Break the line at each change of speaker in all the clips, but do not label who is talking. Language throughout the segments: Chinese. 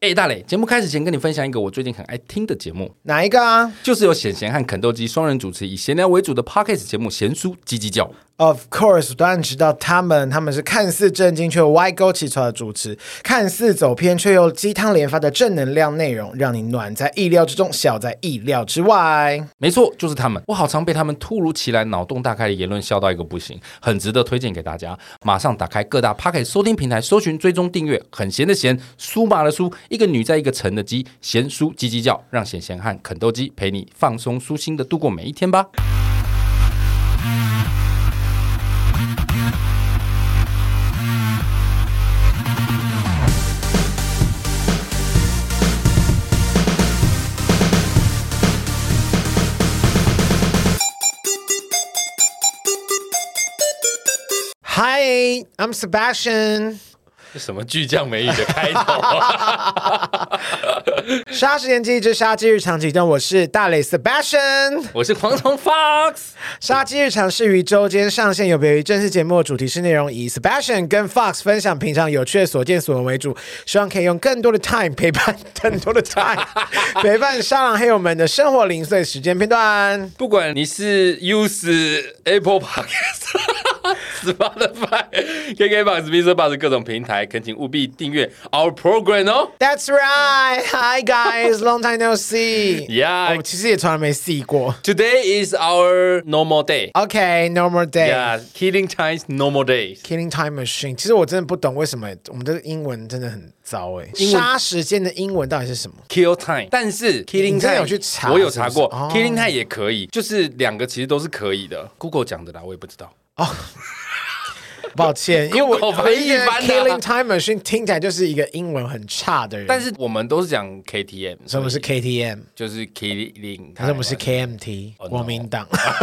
哎、大磊，节目开始前跟你分享一个我最近很爱听的节目，
哪一个啊
就是由显贤和肯豆基双人主持，以闲聊为主的 podcast 节目《贤叔叽叽叫》。
？Of course，当然知道他们，他们是看似正经却又歪勾起床的主持，看似走偏却又鸡汤连发的正能量内容，让你暖在意料之中，笑在意料之外。
没错，就是他们。我好常被他们突如其来、脑洞大开的言论笑到一个不行，很值得推荐给大家。马上打开各大 p o c k e t 收听平台，搜寻、追踪、订阅。很闲的闲，苏麻的苏，一个女在一个城的鸡，闲书叽叽叫，让闲闲和肯豆鸡陪你放松舒心的度过每一天吧。
Hi，I'm Sebastian。
什么巨匠美语的开头啊！
杀时间机之杀鸡日常启动，我是大磊 Sebastian。
我是蝗虫 Fox，
杀鸡日常是于周间上线，有别于正式节目的主题式内容，以 Sebastian 跟 Fox 分享平常有趣的所见所闻为主，希望可以用更多的 time 陪伴更多的 time 陪伴沙朗黑友们的生活零碎时间片段。
不管你是 Use Apple Podcast 、Spotify、KKBox、Mr. Box 各种平台，恳请务必订阅 Our Program 哦。
That's right, hi guys, long time no see.
Yeah.
我其实也从来没 see 过。
Today is our normal day.
OK, normal day.
Yeah, killing Chinese normal days.
Killing Time Machine，其实我真的不懂为什么我们的英文真的很糟哎、
英文
杀时间的英文到底是什么？
Kill time，但是 Killing
你真
time
的有去查
我有查过
是不是哦
Killing time 也可以，就是两个其实都是可以的。Google 讲的啦，我也不知道。
抱歉，因为我
Google
我一直觉得
翻译翻啊
Killing Time Machine 听起来就是一个英文很差的人。
但是我们都是讲 KTM，
什么是 KTM？
就是 Killing time。
什么是 KMT？
哎哦 no
国民党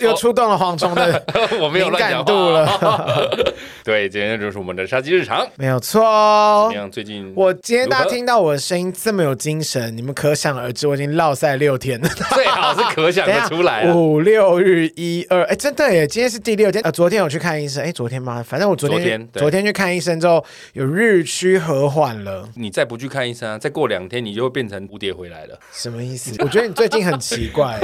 又触动了蝗 虫的
我没有
敏
乱
感
讲
度
话
了，
对，今天就是我们的杀鸡日常。
没有错哦
怎么。样？最近
我今天大家
如何
听到我的声音这么有精神，你们可想而知，我已经落赛六 天了。
最好是可想
等一
得
下
出来啊。
五六日一二，哎，真的耶！今天是第六天，呃，昨天我去看医生，哎，昨天吗？反正我昨天
昨天对
去看医生之后，有日趋和缓了，
你再不去看医生啊，再过两天你就会变成蝴蝶回来了。
什么意思？我觉得你最近很 奇怪，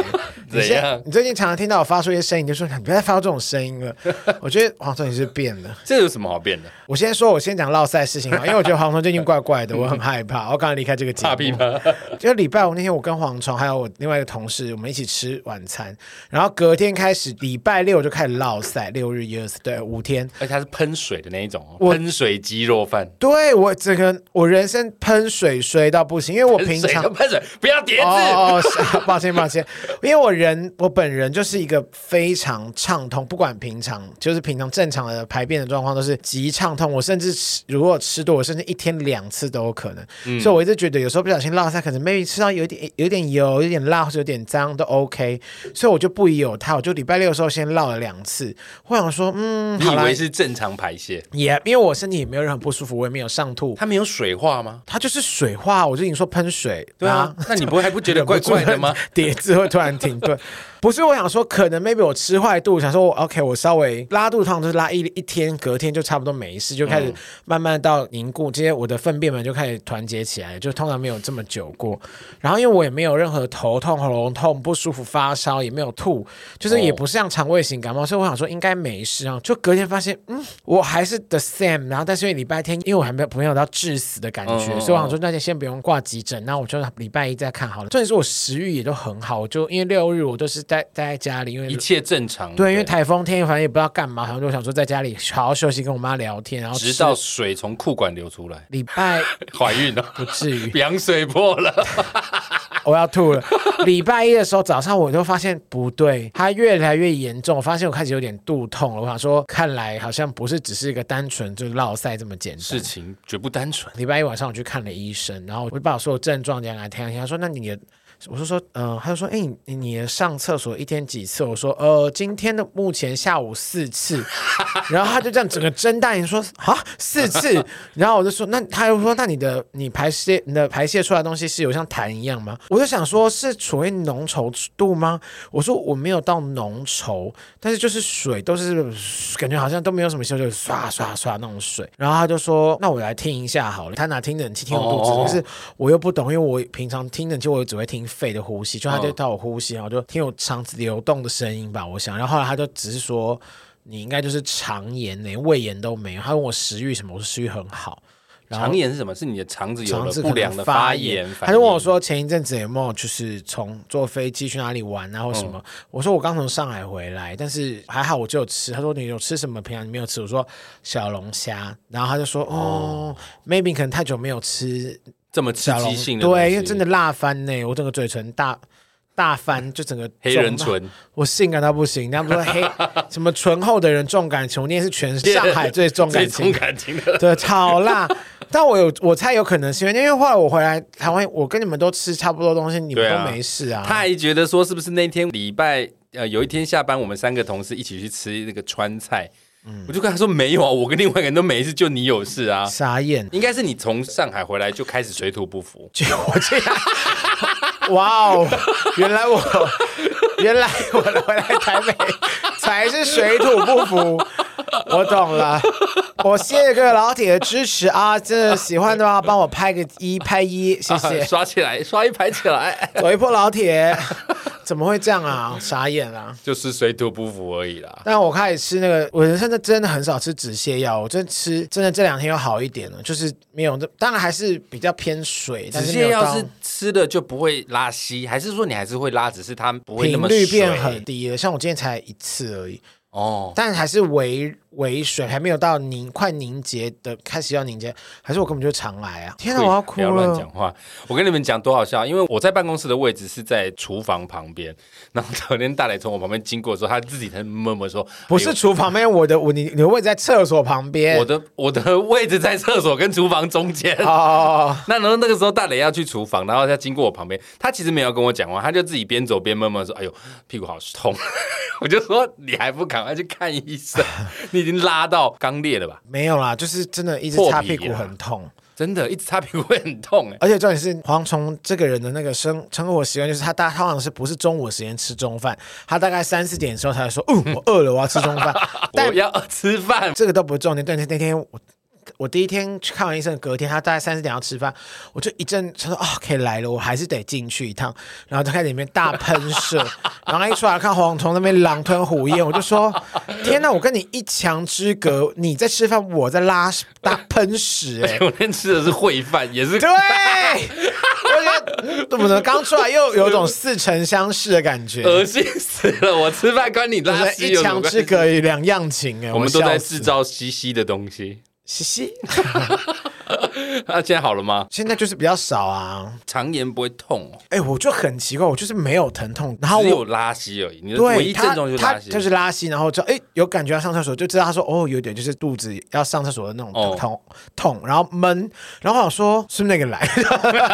你现
怎样
你最近常常听到我发出一些声音，你就说你不要再发出这种声音 了。我觉得黄总你是变了。
这有什么好变 的？
我先说，我先讲落赛的事情啊，因为我觉得黄总最近怪怪的，我很害 怕，我刚刚离开这个节
怕
目
屁。吗？
就礼拜五那天，我跟蝗虫还有我另外一个同事，我们一起吃晚餐，然后隔天开始，礼拜六就开始落赛，六日一二四对五天，
而且它是喷水的那一种哦，
我
喷水鸡肉饭。
对我整个我人生喷水衰到不行，因为我平常
喷水，不要叠字。
哦哦，是 抱歉抱歉，因为我人我本人就是一个非常畅通，不管平常就是平常正常的排便的状况都是极畅通。我甚至吃如果吃多，我甚至一天两次都有可能。
嗯
所以我一直觉得有时候不小心落塞，可能 maybe 吃到有一点有一点油、有点辣或者有点脏都 OK。所以我就不疑有他，我就礼拜六的时候先落了两次。我想说，嗯，
你
好
以
啦
为。是正常排泄？
也、因为我身体也没有任何不舒服，我也没有上吐，
它没有水化吗？
它就是水化，我就已经说喷水，
对啊，那你不会还不觉得怪怪的 吗？？
叠字会突然停顿，不是我想说，可能 maybe 我吃坏肚，想说我 OK，我稍微拉肚子，通常就是拉一一天，隔天就差不多没事，就
嗯
开始慢慢到凝固，这些我的粪便们就开始团结起来，就通常没有这么久过。然后因为我也没有任何头痛、喉咙痛、不舒服、发烧，也没有吐，就是也
哦
不是像肠胃型感冒，所以我想说应该没事啊。就隔天发现，嗯，我还是 the same。然后但是因为礼拜天，因为我还没有没有到致死的感觉，
嗯嗯嗯
所以我想说那就先不用挂急诊，那我就礼拜一再看好了。重点是我食欲也都很好，我就因为六日我都是待待在家里，因为
一切正常。
对，因为台风天，反正也不知道干嘛，然后就想说在家里好好休息，跟我妈聊天，然后
直
吃
到水从裤管流出来，
礼拜。
怀孕了
不至于。
羊水破了，
我要吐 了。礼拜一的时候早上，我就发现不对，它越来越严重。我发现我开始有点肚痛了。我想说，看来好像不是只是一个单纯就落塞这么简单。
事情绝不单纯。
礼拜一晚上我去看了医生，然后我就把我所有症状讲给他听，他说：“那你的我就说，呃，他就说，哎、你你上厕所一天几次？我说，呃，今天的目前下午四次。 然后他就这样整个睁大眼说，啊，四次。 然后我就说，那他又说，那你的你排泄你的排泄出来的东西是有像痰一样吗？我就想说，是处于浓稠度吗？我说我没有到浓稠，但是就是水都是感觉好像都没有什么效，就是刷刷刷那种水。然后他就说，那我来听一下好了。他拿听诊器听我肚子，
哦
可是我又不懂，因为我平常听诊器我只会听肺的呼吸，就他就
嗯
到我呼吸，然后就听我肠子流动的声音吧，我想。然后后来他就只是说，你应该就是肠炎，连胃炎都没有。他问我食欲什么，我说食欲很好。然后
肠炎是什么？是你的肠子有
肠
了
子
不
可
良
能
的
发
炎。反
他就
应
问我说前一阵子有没有就是从坐飞机去哪里玩啊或什么？
嗯
我说我刚从上海回来，但是还好我就有吃。他说你有吃什么？平常你没有吃。我说小龙虾，然后他就说哦 m a y b e 可能太久没有吃
这么刺
小龙
激性的东西，
对，因为真的辣翻呢、我整个嘴唇大大翻，就整个
黑人
肿到
唇，
我性感到不行。他们说 黑什么醇厚的人重感情，我念是全上海最重感
最
情
重，感情的。
对，超辣。但我有我猜有可能是因为，因为后来我回来台湾，我跟你们都吃差不多东西，你
对
们
啊
都没事啊。
他还觉得说，是不是那天礼拜呃有一天下班，我们三个同事一起去吃那个川菜，
嗯
我就跟他说没有啊，我跟另外一个人都没事，就你有事啊。
傻眼，
应该是你从上海回来就开始水土不服，。
就我这样。哇哦，原来我原来我回来台北才是水土不服。我懂了，我谢各位老铁的支持啊！真的喜欢的话，帮我拍个一拍一， 谢谢
刷起来，刷一排起来，哎
走一波老铁， 怎么会这样啊？傻眼啊！
就是水土不服而已啦。
但我开始吃那个，我人生的真的很少吃止泻药，我真吃真的这两天又好一点了，就是没有，当然还是比较偏水，
止
但是没
泻
有
药
到
是吃了就不会拉稀，还是说你还是会拉，只是它不会那
频
么
率变
水
很低了，像我今天才一次而已，
哦？
但还是微微水，还没有到凝快凝结的开始要凝结，还是我根本就常来啊！天哪，
对
我要哭
不要乱
了
讲！话。我跟你们讲多好笑，因为我在办公室的位置是在厨房旁边， 然后昨天大磊从我旁边经过的时候，他自己在默默说：“
不是厨房边，我的我你你的位置在厕所旁
哎
边。
呦哎我的我的位置在厕所跟厨房中间。”
哦，
那然后那个时候大磊要去厨房，然后他经过我旁边，他其实没有跟我讲话，他就自己边走边默默说：“哎呦，屁股好痛。” 我就说：“你还不赶快去看医生？ 你已经拉到肛裂了吧？
没有啦，就是真的一直
破
擦
皮
屁股
啦
很痛。
真的，一直擦屁股会很痛哎、
而且重点是蝗虫这个人的那个生生活习惯，就是他大他好像是不是中午的时间吃中饭，他大概三四点的时候才说，嗯，我饿了，我要吃中饭。但
我要吃饭。”
这个都不是重点，但是那天我。我第一天去看完医生，隔天他大概三四点要吃饭，我就一阵他说啊、可以来了，我还是得进去一趟，然后就开始里面大喷射，然后他一出来看蝗虫那边狼吞虎咽，我就说天哪，我跟你一墙之隔，你在吃饭，我在拉屎大喷屎、欸，
我那天吃的是烩饭，也是
对，我觉得嗯怎么能刚出来又有种似曾相识的感觉，
恶心死了！我吃饭关你
就
拉
是
稀呃
一
有什
墙
么关
之
系？
隔两样情哎，
我们都
笑
在
死
制，造 稀稀的东西。
嘻嘻，
那、现在好了吗？
现在就是比较少啊，
肠炎不会痛、哦，
哎，我就很奇怪，我就是没有疼痛，然后
只
啊我。
有拉稀而已。你的唯
对
一
他
症状就是
他
拉稀，
就是拉稀，然后就哎有感觉要上厕所，就知道他说哦有点就是肚子要上厕所的那种
哦
痛痛、痛，然后闷，然后我想说是不是那个来，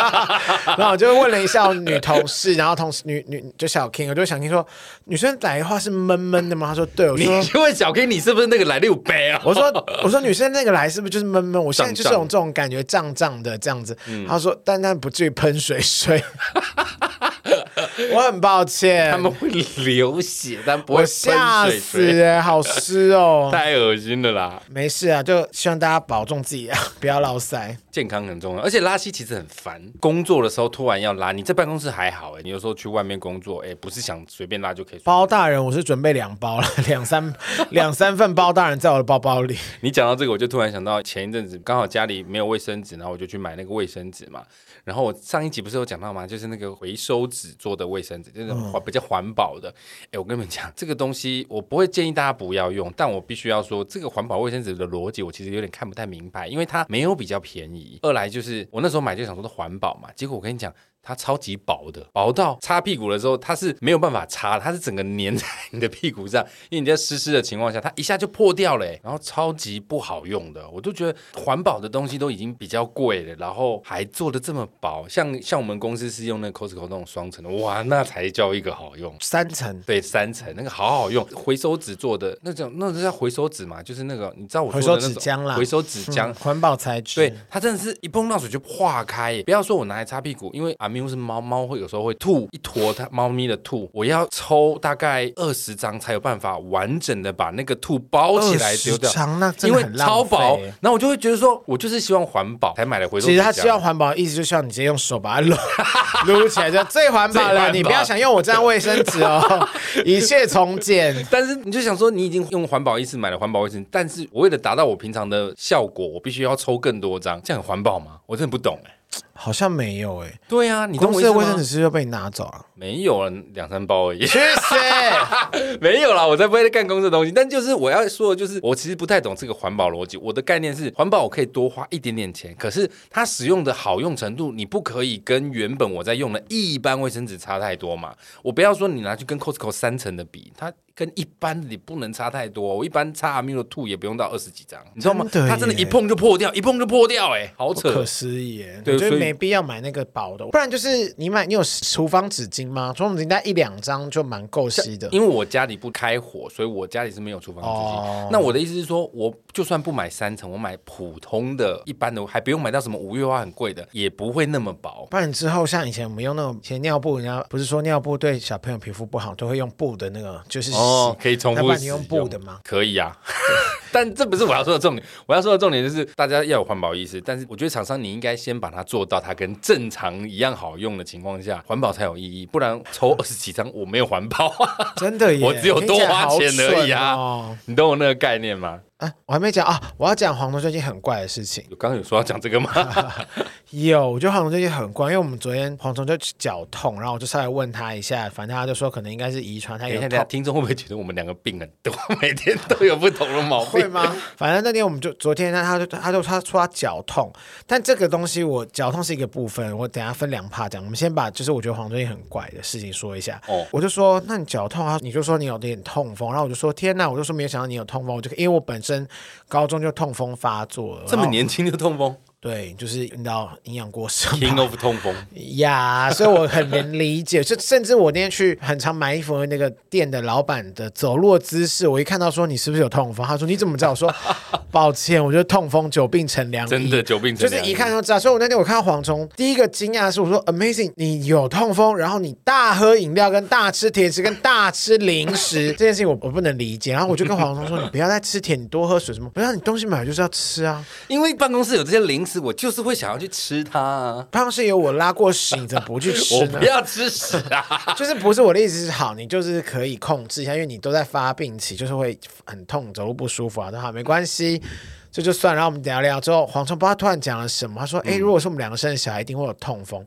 然后我就问了一下我女同事，然后同事女女就小 King，我就小 King 说女生来的话是闷闷的吗？她说对，我
你
说。
就问小 K，你是不是那个来六杯啊？
我说，我说女生那个来是不是就是闷闷？我现在就是
胀胀
有
嗯
这种感觉，胀胀的这样子。她说，但但不至于喷水水。 我很抱 歉，
他们会流血，但不会喷
我吓
水
死
水，
哎、好湿 哦。
太恶心了啦！
没事啊，就希望大家保重自己啊，不要落腮。
健康很重要，而且拉稀其实很烦。工作的时候突然要拉，你在办公室还好哎、你有时候去外面工作，哎、不是想随便拉就可以。
包大人，我是准备两包了， 两三两三份包大人在我的包包里。
你讲到这个，我就突然想到前一阵子刚好家里没有卫生纸，然后我就去买那个卫生纸嘛。然后我上一集不是有讲到吗？就是那个回收纸做的卫生纸，就是环比较环保的。哎、我跟你们讲，这个东西我不会建议大家不要用，但我必须要说，这个环保卫生纸的逻辑我其实有点看不太明白，因为它没有比较便宜。二来就是我那时候买就想说它环保嘛，结果我跟你讲。它超级薄的，薄到擦屁股的时候它是没有办法擦的，它是整个粘在 你的屁股上，因为你在湿湿的情况下，它一下就破掉了、欸然后超级不好用的。我都觉得环保的东西都已经比较贵了，然后还做的这么薄，像像我们公司是用那个 Costco 那种双层的，哇，那才叫一个好用。
三层
对，三层那个好好用，回收纸做的那种，那是叫回收纸嘛，就是那个你知道我
回
说
收
的那
纸
种
浆啦，
回收纸浆
嗯，环保材质，
对，，它真的是一碰到水就化开耶。不要说我拿来擦屁股，因为阿喵是猫，猫会有时候会吐一坨它猫咪的吐，我要抽大概二十张才有办法完整的把那个吐包起来丢掉。
长那
因
真的
为
很浪
超薄
费，
然后我就会觉得说，我就是希望环保才买了回收纸
其
浆。
实他希望环保，意思就希望你直接用手把它撸 撸起来，就最环保
最环
了。
保
你不要想用我这样卫生纸 哦，一切从简。
但是你就想说，你已经用环保意识买了环保卫生纸，但是我为了达到我平常的效果，我必须要抽更多张，这样很环保吗？我真的不懂哎、
好像没有诶、
对啊，你懂
公
我
司
意思
的卫生
吗
纸？是不是被你拿 走啊？
没有了，两三包而已。
去死！
没有啦，我才不会干公司的东西。但就是我要说的，就是我其实不太懂这个环保逻辑。我的概念是，环保我可以多花一点点钱，可是它使用的好用程度，你不可以跟原本我在用的一般卫生纸差太多嘛。我不要说你拿去跟 Costco 三层的比，它。跟一般的你不能差太多，我一般擦阿米诺兔也不用到二十几张，你知道吗？
真的耶
它真的，一碰就破掉，一碰就破掉、哎，好
不可
扯！
思议耶！
对
我觉
所
得
以
没必要买那个薄的，不然就是你买你有厨房纸巾吗？厨房纸巾大概一两张就蛮够吸的。
因为我家里不开火，所以我家里是没有厨房纸巾。
哦
那我的意思是说，我就算不买三层，我买普通的、一般的，还不用买到什么五月花很贵的，也不会那么薄。
不然之后像以前我们用那种以前尿布，人家不是说尿布对小朋友皮肤不好，都会用布的那个，就是洗。
哦，可以重
那
复
不然
使
你
用
用布的吗？
可以啊， 但这不是我要说的重点。我要说的重点就是大家要有环保意识，但是我觉得厂商你应该先把它做到它跟正常一样好用的情况下，环保才有意义。不然抽二十几张我没有环保 啊，
真的耶！
我只有多花钱而已啊
听起来好蠢哦
你懂我那个概念吗？
啊，我还没讲啊，我要讲黄铜最近很怪的事情。
我刚刚有说要讲这 个吗？
有，我觉得黄铜最近很怪，因为我们昨天黄铜就脚痛，然后我就稍微问他一下，反正他就说可能应该是遗传，他
等一
有
下，等一下，
痛。
听众会不会觉得我们两个病很多， 每天都有不同的毛病？
会吗？ 反正那天我们就昨天呢，他就他就他说他脚痛，但这个东西我脚痛是一个部分，我等一下分两 part 讲。我们先把就是我觉得黄宗英很怪的事情说一下。
哦
哦，我就说那你脚痛啊，你就说你有点痛风，然后我就说天哪，我就说没有想到你有痛风，我就因为我本身高中就痛风发作了，
这么
然后
年轻就痛风
对，就是你知道营养过剩吧
，King of 痛风，
呀所以我很能理解。 就甚至我那天去很常买衣服的那个店的老板的走路的姿势，我一看到说你是不是有痛风，他说你怎么知道？我说抱歉，我觉得痛风久病成良医，
真的久病成
就
良
是
医
一看就知道。所以哦我那天我看到蝗虫，第一个惊讶的是我说哦 amazing，你有痛风，然后你大喝饮料、跟大吃甜食、跟大吃零食 这件事情我，我不能理解。然后我就跟蝗虫说，你不要再吃甜，你多喝水什么，不要你东西买就是要吃啊。
因为办公室有这些零食，我就是会想要去吃它、啊。
办公室有我拉过屎，你怎么不去吃
我
呢
不？要吃屎啊！
就是不是我的意思是好，你就是可以控制一下，因为你都在发病期，就是会很痛，走路不舒服啊，都好没关系，这就算了。然后我们聊聊之后，黄虫不知道突然讲了什么，他说：“
嗯
哎、如果是我们两个生的小孩，一定会有痛风。”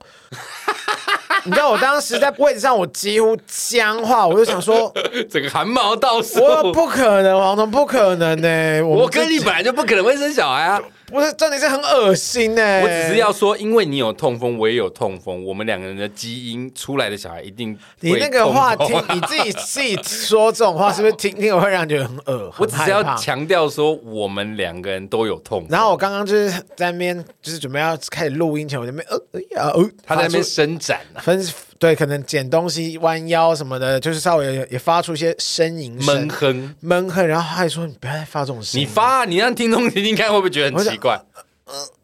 你知道我当时在位置上，我几乎僵化，我就 想说，
整个汗毛倒竖。
我
我
不可能，黄虫不可能呢、欸我们
跟你
这
本来就不可能会生小孩啊！
不是重点是很恶心欸呢、
我只是要说，因为你有痛风，我也有痛风，我们两个人的基因出来的小孩一定
你
会
那个话
痛
听
风，啊
你自己自己说这种话，是不是听听了会让人觉得很 恶？
我
很
只
害
是要
怕
强调说，我们两个人都有痛 风。
然后我刚刚就是在那边，就是准备要开始录音前，我就那边呃呃呀呃，
他在那边
发出
伸展啊，
分对，可能捡东西、弯腰什么的，就是稍微也也发出一些呻吟声、
闷哼。
闷哼。然后他还说：“你不要再发这种声
你
音，
发啊，你让听众听听看，会不会觉得
我
很
想
奇怪？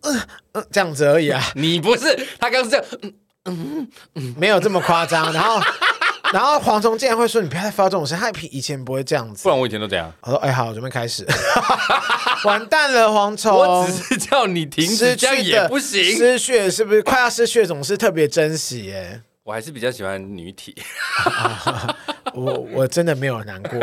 嗯这样子而已 啊，
你不是，他刚是这样，嗯
没有这么夸张。”然后，然后黄忠竟然会说：“你不要再发这种声音。”他以前不会这样子
不。然我以前都这样。
我说：“哎，好，我准备 开始。”完蛋了，蝗
我
虫
只。是叫你停止，
哦失
这样
去
也
的
不行。
失去的是不是快要失去的总是特别珍惜耶？
我还是比较喜欢女体，
我我真的没有难过，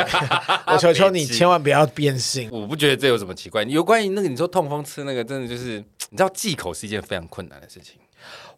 我求求你千万不要变性。
我不觉得这有什么奇怪。有关于那个你说痛风吃那个，真的就是你知道忌口是一件非常困难的事情。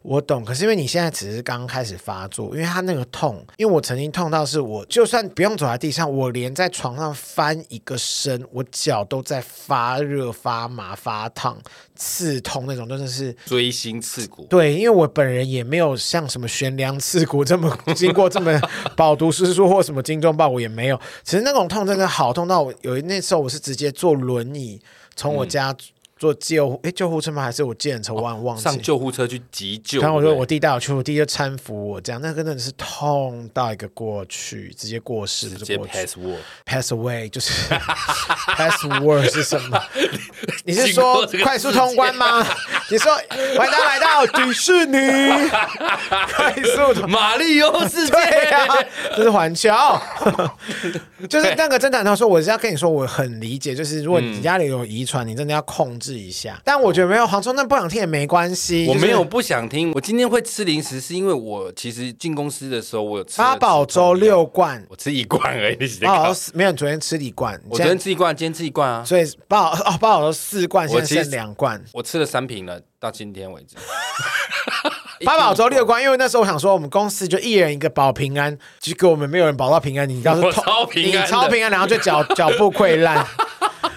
我懂，可是因为你现在只是刚开始发作，因为他那个痛，因为我曾经痛到是我就算不用走在地上，我连在床上翻一个身，我脚都在发热、发麻、发烫、刺痛那种，真的是
锥心刺骨。
对，因为我本人也没有像什么悬梁刺骨这么经过这么饱读诗书或什么精忠报国也没有。其实那种痛真的好痛到我有一那时候我是直接坐轮椅从
嗯
我家坐救护诶救护车吗？还是我见车？我忘忘记。
哦上救护车去急救，
然后我
对
说
不对
我弟带我去，我弟就搀扶我，这样那个真的是痛到一个过去，直接过世，
直
不
接
是过去
pass word，
pass away 就是 pass word 是什 么？你是
经过
说
这个
快速通关吗？你说欢迎大家来到迪 士尼，快速通。
马里奥世
对啊
界。
呀、这是环球，就是那个侦探他说，我是要跟你说，我很理解，就是如果
嗯
你家里有遗传，你真的要控制一下。但我觉得没有黄忠，那不想听也没关系。
我
就是
没有不想听，我今天会吃零食，是因为我其实进公司的时候，我有吃了
八宝
止痛
粥
药，
六罐，
我吃一罐而已。你在搞
哦，没有，你昨天吃一罐，
我
这
昨
样
天吃一罐，今天吃一罐啊，
所以八宝哦八宝粥四罐，
我
现
其实
在剩两罐。
我吃了三瓶了，到今天为 止。
八宝粥六罐，因为那时候我想说，我们公司就一人一个保平安，结果我们没有人保到平安，你倒是
我
痛
超平安的
你超平安，然后就 脚脚步溃烂。
啊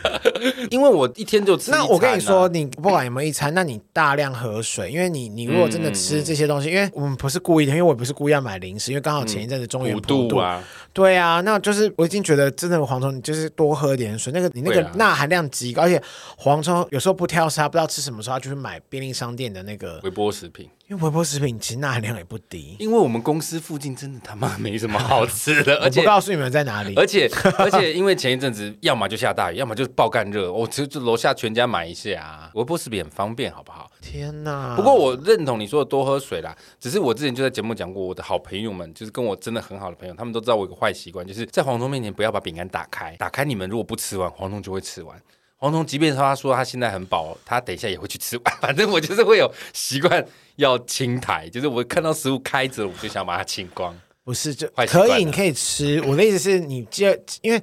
因为我一天就吃一餐
那
啊。
我跟你说，你不管有没有一餐，那你大量喝水，因为你你如果真的吃这些东西，因为我们不是故意的，因为我也不是故意要买零食，因为刚好前一阵子中原
五
普
度
渡，
啊，
对啊，那就是我已经觉得真的黄虫，你就是多喝点水，那个你那个
对啊
钠含量极高，而且黄虫有时候不挑食，他不知道吃什么时候，他就去买便利商店的那个，
微波食品。
因为微波食品其实钠含量也不低。
因为我们公司附近真的他妈没什么好吃的，而
我不
且
告诉你们在哪里，
而且而且，因为前一阵子要么就下大雨，要么就是爆干热，我就就楼下全家买一下啊。微波食品很方便，好不好？
天哪！
不过我认同你说的多喝水啦，只是我之前就在节目讲过，我的好朋友们就是跟我真的很好的朋友，他们都知道我有个坏习惯，就是在黄虫面前不要把饼干打开，打开你们如果不吃完，黄虫就会吃完。黄虫即便他说他现在很饱，他等一下也会去吃完。 反正我就是会有习惯要清台，就是我看到食物开着，我就想把它清光。
不是就
坏习惯
可
了
以，你可以吃。我的意思是你接，因为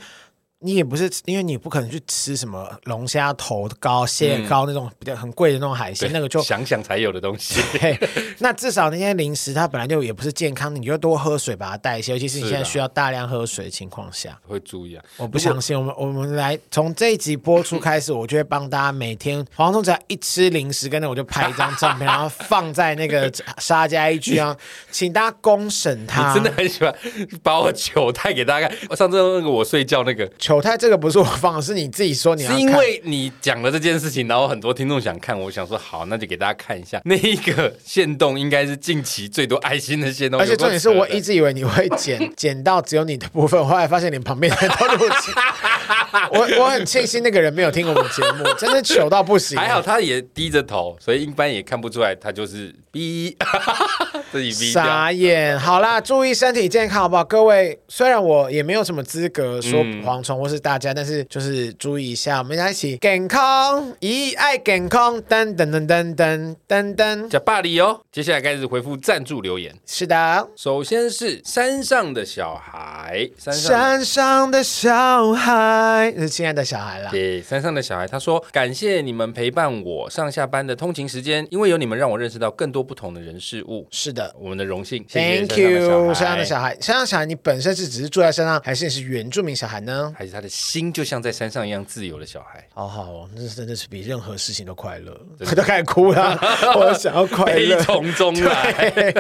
你也不是，因为你不可能去吃什么龙虾头膏、蟹膏那种比较很贵的那种海鲜，那个就
想想才有的东 西。
对，那至少那些零食它本来就也不是健康，你就多喝水把它代谢，尤其是你
是啊
现在
啦
需要大量喝水的情况下。
会注意啊，
我不相信，我们我们来从这一集播出开始，我就会帮大家每天黄总只要一吃零食，跟着我就拍一张照 片，然后放在那个沙加一居啊，请大家公审
你
他
真。的很喜欢把 我糗态给大家看。我上次那个我睡觉那个，
糗态这个不是我放的，是你自己说你要
是
看。
因为你讲了这件事情，然后很多听众想看，我想说好，那就给大家看一下。那一个线动应该是近期最多爱心的线动，
而且重点是我一
直
直以为你会 剪剪到只有你的部分，后来发现连旁边的人都录进。我我很庆幸那个人没有听我们节目，真的糗到不 行。
还好，他也低着头，所以一般也看不出来他就是逼， 自己逼掉。
傻眼。好啦，注意身体健康，好不好？各位，虽然我也没有什么资格说
嗯
蝗虫或是大家，但是就是注意一下，我们大家一起健康，咦，爱健康，噔噔噔噔噔噔噔。
加巴黎哦，接下来开始回复赞助留言。
是的，
首先是山上的小孩，山上的
山上的小孩，是亲爱的小孩啦。
对，山上的小孩他说：“感谢你们陪伴我上下班的通勤时间，因为有你们让我认识到更多不同的人事物，
是的，
我们的荣幸。”谢谢
Thank
山
you，山上
上
的
的小孩。
小孩，山上小孩，你本身是只是住在山上，还是你是原住民小孩呢？
还是他的心就像在山上一样自由的小孩，
好好哦，那真的是比任何事情都快乐，他都开始 哭了，我想要快
悲
乐。
从中来。
对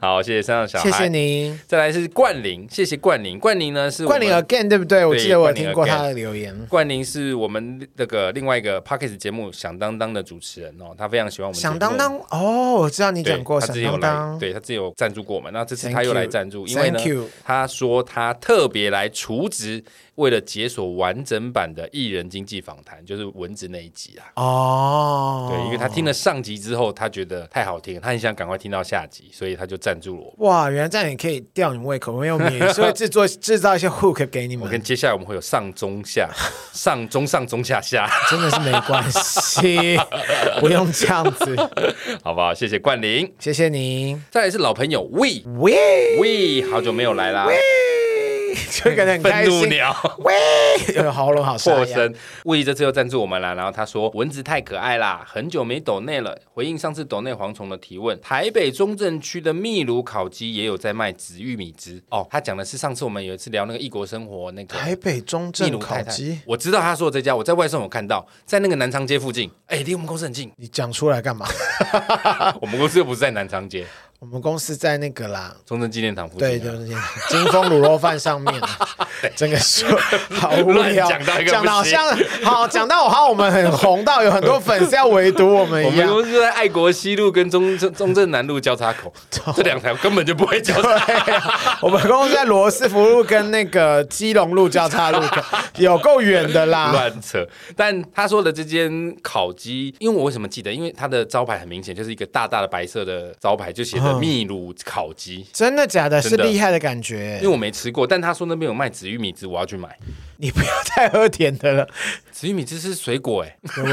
好，谢谢山上小孩，
谢谢。您，
再来是冠霖，谢谢冠霖。冠霖呢是我
冠
们
霖啊 again 对不对？我记得我有听过
冠霖
他
again
的留言，
冠霖是我们那个另外一个 p o c k e t 节目《响当当》的主持人哦，他非常喜欢我们节目
响当当哦，我知道你
对
讲过
他
响
之前有
当
来，
当，
对他自己有赞助过我们，那这次
Thank
他又来
you
赞助，因为呢
Thank you，
他说他特别来除职，为了解锁完整版的艺人经济访谈，就是文字那一集啊。
哦，
对，因为他听了上集之后，他觉得太好听了，他很想赶快听到下集，所以他就赞助了我。
哇，原来这样也可以吊你胃口，因为我 们也是会制作制造一些 hook 给你
我
们，
跟接下来我们会有上中下、上中上中下下，
真的是没关系，不用这样子，
好不好？谢谢冠霖，
谢谢你。
再来是老朋友 We
喂
We，好久没有来啦，
喂，就感觉很
愤
开
怒
心。
鸟。
喂，有喉咙好沙
破
哑。
声。魏毅这次又赞助我们了，然后他说蚊子太可爱啦，很久没抖内了。回应上次抖内蝗虫的提问，台北中正区的秘鲁烤鸡也有在卖紫玉米汁哦。他讲的是上次我们有一次聊那个异国生活那个。
台北中
秘
正
鲁
烤
太太
鸡，，。
我知道他说的这家，我在外送有看到，在那个南昌街附近，哎、离我们公司很近
你讲出来干 嘛？啊
我们公司又不是在南昌街，
我们公司在那个啦，
中正纪念堂附近啊、
对，就是那个金丰卤肉饭上面，啊 整个说好无
乱
聊，
讲到一个
讲的好
不行
像好讲到好像我们很红到有很多粉丝要围堵我们
我
一
们
样。
公司在爱国西路跟中正中正南路交叉 口，这两条根本就不会交叉。
对啊，我们公司在罗斯福路跟那个基隆路交叉路口，有够远的啦。
乱扯。但他说的这间烤鸡，因为我为什么记得？因为它的招牌很明显，就是一个大大的白色的招牌，就写着
嗯
秘鲁烤鸡。
真的假的？是
真的
厉害的感觉
因为。我没吃过，但他说那边有卖紫玉米汁，我要去买。
你不要再喝甜 的了，
紫玉米汁是水果哎、
各位。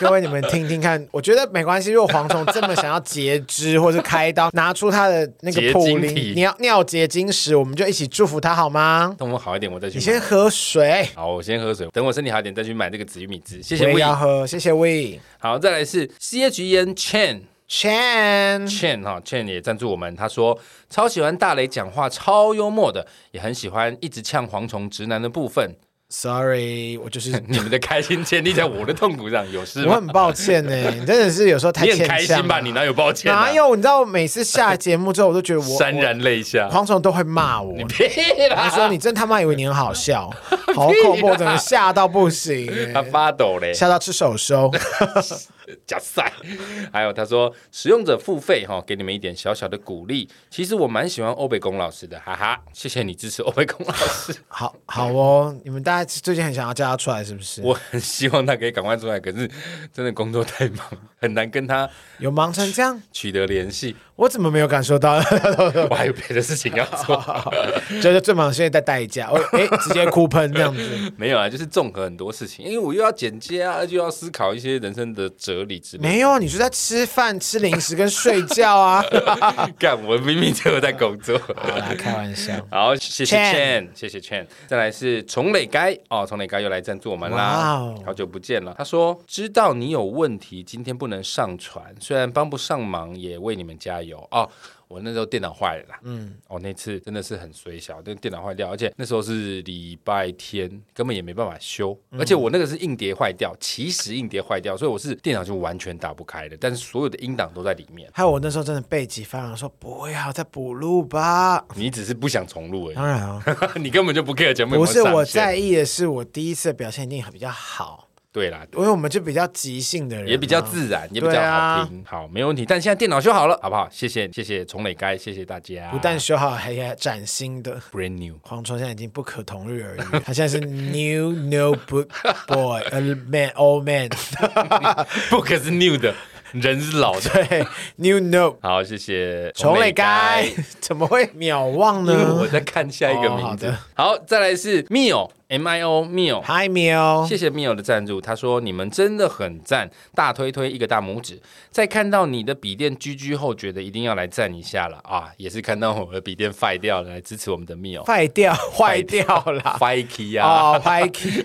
各位，你们听听看，我觉得没关系。如果蝗虫这么想要截肢或是开刀，拿出他的那个
结
普
晶
林
体
尿尿结晶石，我们就一起祝福他好吗？
等我好一点，我再去
你
买。
先喝水，
好，我先喝水，等我身体好一点再去买这个紫玉米汁。谢
我
谢
也
w
要喝，谢谢 We
好，再来是 C H E N Chen。
Chan。
Chen 哈、c h e n 也赞助我们，他说超喜欢大雷讲话，超幽默的，也很喜欢一直呛蝗虫直男的部分。
Sorry，我就是
你们的开心建立在我的痛苦上，有事
我
吗？
很抱歉呢，你真的是有时候太
你
欠
很开
呛
心吧？
了
你哪有抱歉、啊？
哪有？你知道，每次下节目之后，我都觉得我
潸然泪下
我？蝗虫都会骂我。
啊你屁啦！
他说：“你真他妈以为你很好笑， 好恐怖，我整个吓到不行、
他发抖嘞，
吓到吃手收。
假赛。还有他说，使用者付费哈、给你们一点小小的鼓励。其实我蛮喜欢欧贝公老师的，哈哈，谢谢你支持欧贝公老师。
好好哦，你们大家最近很想要叫他出来是不 是？
我很希望他可以赶快出来，可是真的工作太忙，很难跟他
有忙成这样，
取得联 系。
我怎么没有感受到？
我还有别的事情要做。
就是最忙，现在在代驾，我哎、直接哭喷这 样子。
没有啊，就是综合很多事情，因为我又要剪接啊，又要思考一些人生的哲理之类的。
没有，你就在吃饭、吃零食跟睡觉啊。
干，我明明就有在工作。
好啦，开玩笑。
好，谢谢
Chen
Chen，谢谢 Chen。再来是崇磊该哦，崇磊该又来赞助我们
哇
啦
哦
好久不见了。他说知道你有问题，今天不能上传，虽然帮不上忙，也为你们加油哦。我那时候电脑坏了啦，嗯，哦，那次真的是很衰小，那电脑坏掉，而且那时候是礼拜天，根本也没办法修，
嗯
而且我那个是硬碟坏掉，其实硬碟坏掉，所以我是电脑就完全打不开的，但是所有的音档都在里面，
还有我那时候真的背脊发凉，说不要再补录吧。
你只是不想重录而已，
当然啊、
你根本就不 care 节目有没有
不是
上
我
线
在意的是，我第一次的表现一定很比较好，
对啦，
因为我们就比较即兴的人嘛，
也比较自然，啊也比较好
啊
听。好，没问题。但现在电脑修好了，好不好？谢谢，谢谢崇磊该，谢谢大家。
不但修好，还还崭新的。
brand new，
蝗虫现在已经不可同日而语， 他现在是 new notebook boy，呃 man old man，
不可是 new 的，人是老的。
对 new note
好，谢谢
虫
磊
磊该怎么会渺望
因为 我
呢
在看下一个名字
哦。
好，再来是 mio m i o mio。
？Hi Miu，
谢谢 Mio 的赞助，他说你们真的很赞，大推推一个大拇指。在看到你的笔电 GG 后，觉得一定要来赞一下了啊！也是看到我的笔电坏掉了，来支持我们的 Mio。
坏 掉坏掉啦，
坏 k 啊！
哦 p i k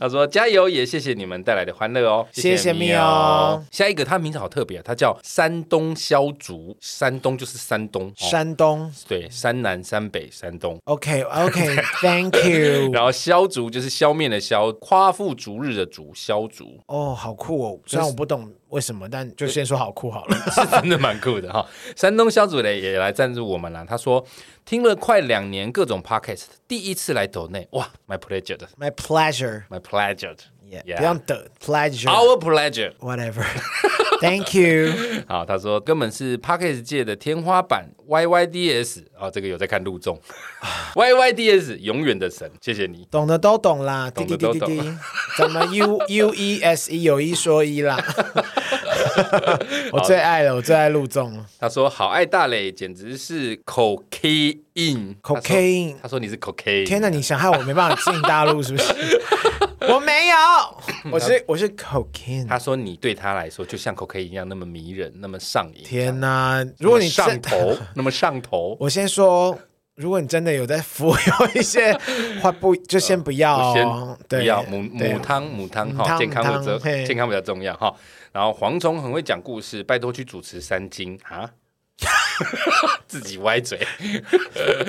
他说：“加油，也谢谢你们带来的欢乐哦，
谢谢
喵。
喵
哦下一个他名字好特别啊，他叫山东萧族，山东就是山东，哦、
山东
对，山南、山北、山东。
，OK OK，Thank you。
然后萧族就是消灭的消，夸父逐日的逐，萧族
哦，好酷哦！虽然我不懂为什么，但就先说好酷好 了。
是真的蛮酷的哈、山东萧族嘞也来赞助我们啦。他说听了快两年各种 podcast，第一次来抖内，哇，my pleasure，my
My pleasure，Yeah，不用
pleasure，yeah，our
的 pleasure，whatever。
pleasure。”
Thank you。
好，啊他说根本是 p a c k a g e 界的天花板，YYDS 哦，这个有在看陆众，YYDS 永远的神，谢谢你。
懂的都懂啦，滴
懂
滴
的
滴
都
滴
懂
滴，咱们 U U E S E 有一说一 啦。我最爱了，我最爱陆纵了。
他说好爱大磊，简直是 cocaine，cocaine，
Cocaine
他说你是 cocaine，
天哪，你想害我没办法进大陆是不是？我没有，我是我是 cocaine。
他说你对他来说就像 cocaine 一样那么迷人，那么上瘾，
天哪，如果你
那么上
真
头，那么上头，
我先说，如果你真的有在服用 一些话不，就先不要、哦，
呃不
对，
要母
对
母汤母汤
母
哈，
汤
健康
母
比较
汤嘿
健康比较重要哈。然后蝗虫很会讲故事，拜托去主持三金啊， 自己歪嘴。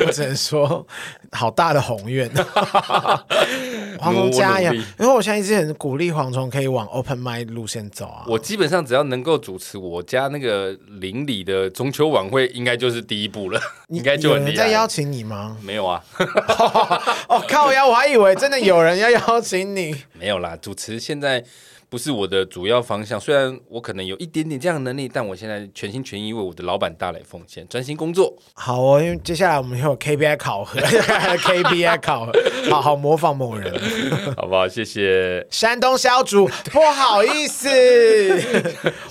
我只能说，好大的 宏愿。蝗
努
虫
我
加油！
努力
因为我现在一直很鼓励蝗虫可以往 open m i d 路线走啊。
我基本上只要能够主持我家那个邻里的中秋晚会，应该就是第一步了，
你
应该就
有
很
人
厉
在
害
邀
了。
请你吗？
没有啊，
哦靠呀！我还以为真的有人要邀请你。
没有啦，主持现在不是我的主要方向。虽然我可能有一点点这样的能力，但我现在全心全意为我的老板大磊奉献，专心工作。
好哦，因为接下来我们又有 KPI 考核 ，KPI 考核，好好模仿某人。
好不好？谢谢。
山东小主，不好意 思，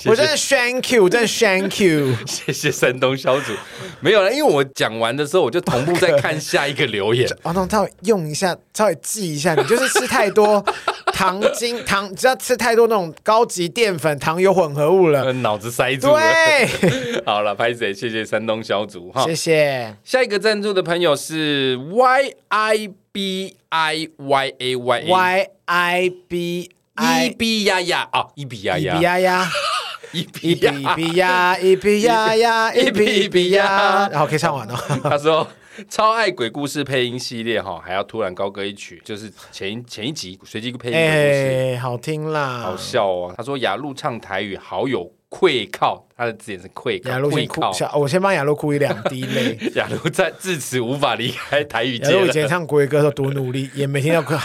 我真的 thank you，真的 thank you。
谢谢山东小组， 没有了，因为我讲完的时候，我就同步在看下一个留 言。
哦，那稍微用一下，稍微记一下，你就是吃太多糖精糖，只要吃太多那种高级淀粉、糖油混合物了。
呃脑子塞住了。
对，
好了，拍谁？谢谢山东小组哈
谢。谢。
下一个赞助的朋友是 Y I B I Y A Y A
Y I B
伊
I
比呀呀啊，伊比呀
比
呀，
呀呀，
伊
一
比呀
比比呀，E 一比呀呀， 一比一比呀，然后可以唱完哦。
他说超爱鬼故事配音系列哈，还要突然高歌一曲，就是前一前一集随机配音鬼故事。
哎，好听啦
好。笑哦！他说雅露唱台语好有愧靠，他的字眼是愧靠，
雅露先
愧
哭
靠。，
小我先帮雅露哭一两滴泪。
雅露在至此无法离开台 语
雅
界
露以
了。
前唱国语歌的时候多努力，也没听到哭。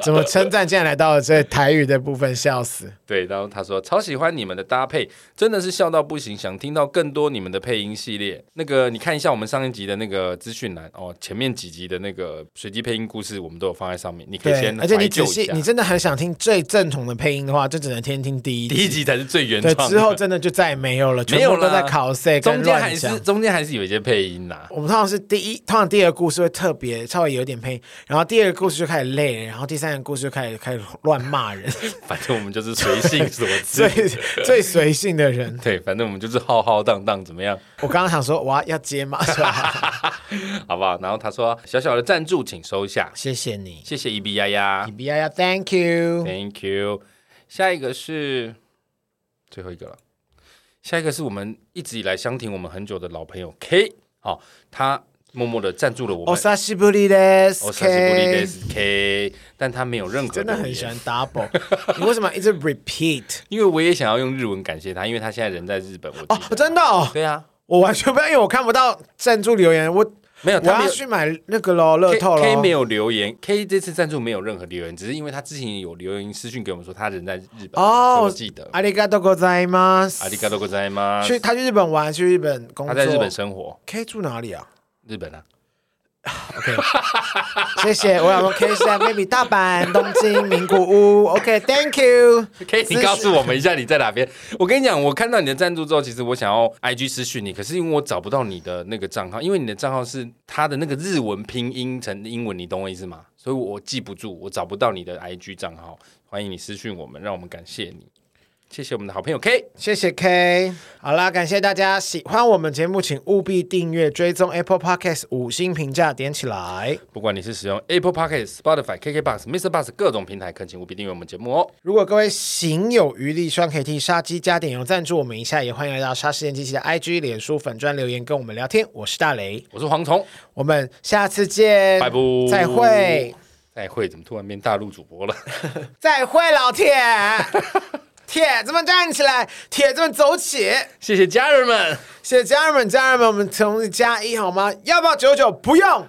怎么称赞？竟然来到了这台语的部分，笑死。
对，然后他说超喜欢你们的搭配，真的是笑到不行，想听到更多你们的配音系列。那个你看一下我们上一集的那个资讯栏哦，前面几集的那个随机配音故事我们都有放在上面，你可以
对
先，
而且你
怀旧
仔
一
细
下，
你真的很想听最正统的配音的话，就只能天听第一
第
集。
一集才是最原
对，
创
之后
的，
真的就再也没有了，
没有
全部都
啦
在考试跟
中间还
乱
是
讲。
中间还是有一些配音啦、
我们通常是第一，通常第二个故事会特别稍微有点配音，然后第二个故事就开始累了，然后第三个故事就开始开始乱 骂人，
反正我们就是随性所
最
致。
最随性的人。
对，反正我们就是浩浩荡荡，怎么样？
我刚刚想说，哇，要接吗？是吧
好不好？然后他说小小的赞助请收下，
谢谢 你，
谢谢伊比丫丫
你不要要，Thank you。
，Thank you。下一个是最后一个了，下一个是我们一直以来相挺我们很久的老朋友 K，好、哦，他默默的赞助了我
お
们。
久しぶりです。
我三十不离
哦 K
的 K，但他没有任何
真的
留
很
言
喜欢 double，你为什么一直 repeat？
因为我也想要用日文感谢他，因为他现在人在日本。我
哦
记，得，
真的哦，
对啊，
我完全不知道，因为我看不到赞助留言，我
没有，
我
他没
要
有
去买那个喽，乐
K
透
K
喽
没。有留言，K 这次赞助没有任何留言，只是因为他之前有留言私讯给我们说他人在日本，所以我
哦
记得。
阿里嘎多ございま
阿里
す。
嘎多ございます。
去他去日本玩，去日本工
他
作。
在日本生活，
K 住哪里啊？
日本啊，
谢谢，我想说 K 是在 maybe 大阪、东京、名古屋。OK，Thank you。
可以你
私
告诉我们一下你在哪边？我跟你讲，我看到你的赞助之后，其实我想要 IG 私讯你，可是因为我找不到你的那个账号，因为你的账号是他的那个日文拼音成英文，你懂我意思吗？所以我记不住，我找不到你的 IG 账号。欢迎你私讯我们，让我们感谢你，谢谢我们的好朋友 K。
谢谢 K。好啦，感谢大家喜欢我们节目，请务必订阅、追踪 Apple Podcast 五星评价点起来。
不管你是使用 Apple Pocket、Spotify、KKBox、Mr. Bus 各种平台，恳请务必订阅我们节目哦。
如果各位行有余力，希望可以替杀鸡加点油赞助我们一下，也欢迎来到杀时间机器的 IG、脸书粉专留言跟我们聊天。我是大雷，
我是蝗虫，
我们下次见，
拜拜，
再会，，
再会，怎么突然变大陆主播了？
再会，老铁， 铁子们站起来，铁子们走起！
谢谢家人们。
谢谢家人们，家人们，我们从加一好吗？要不要九九？不用。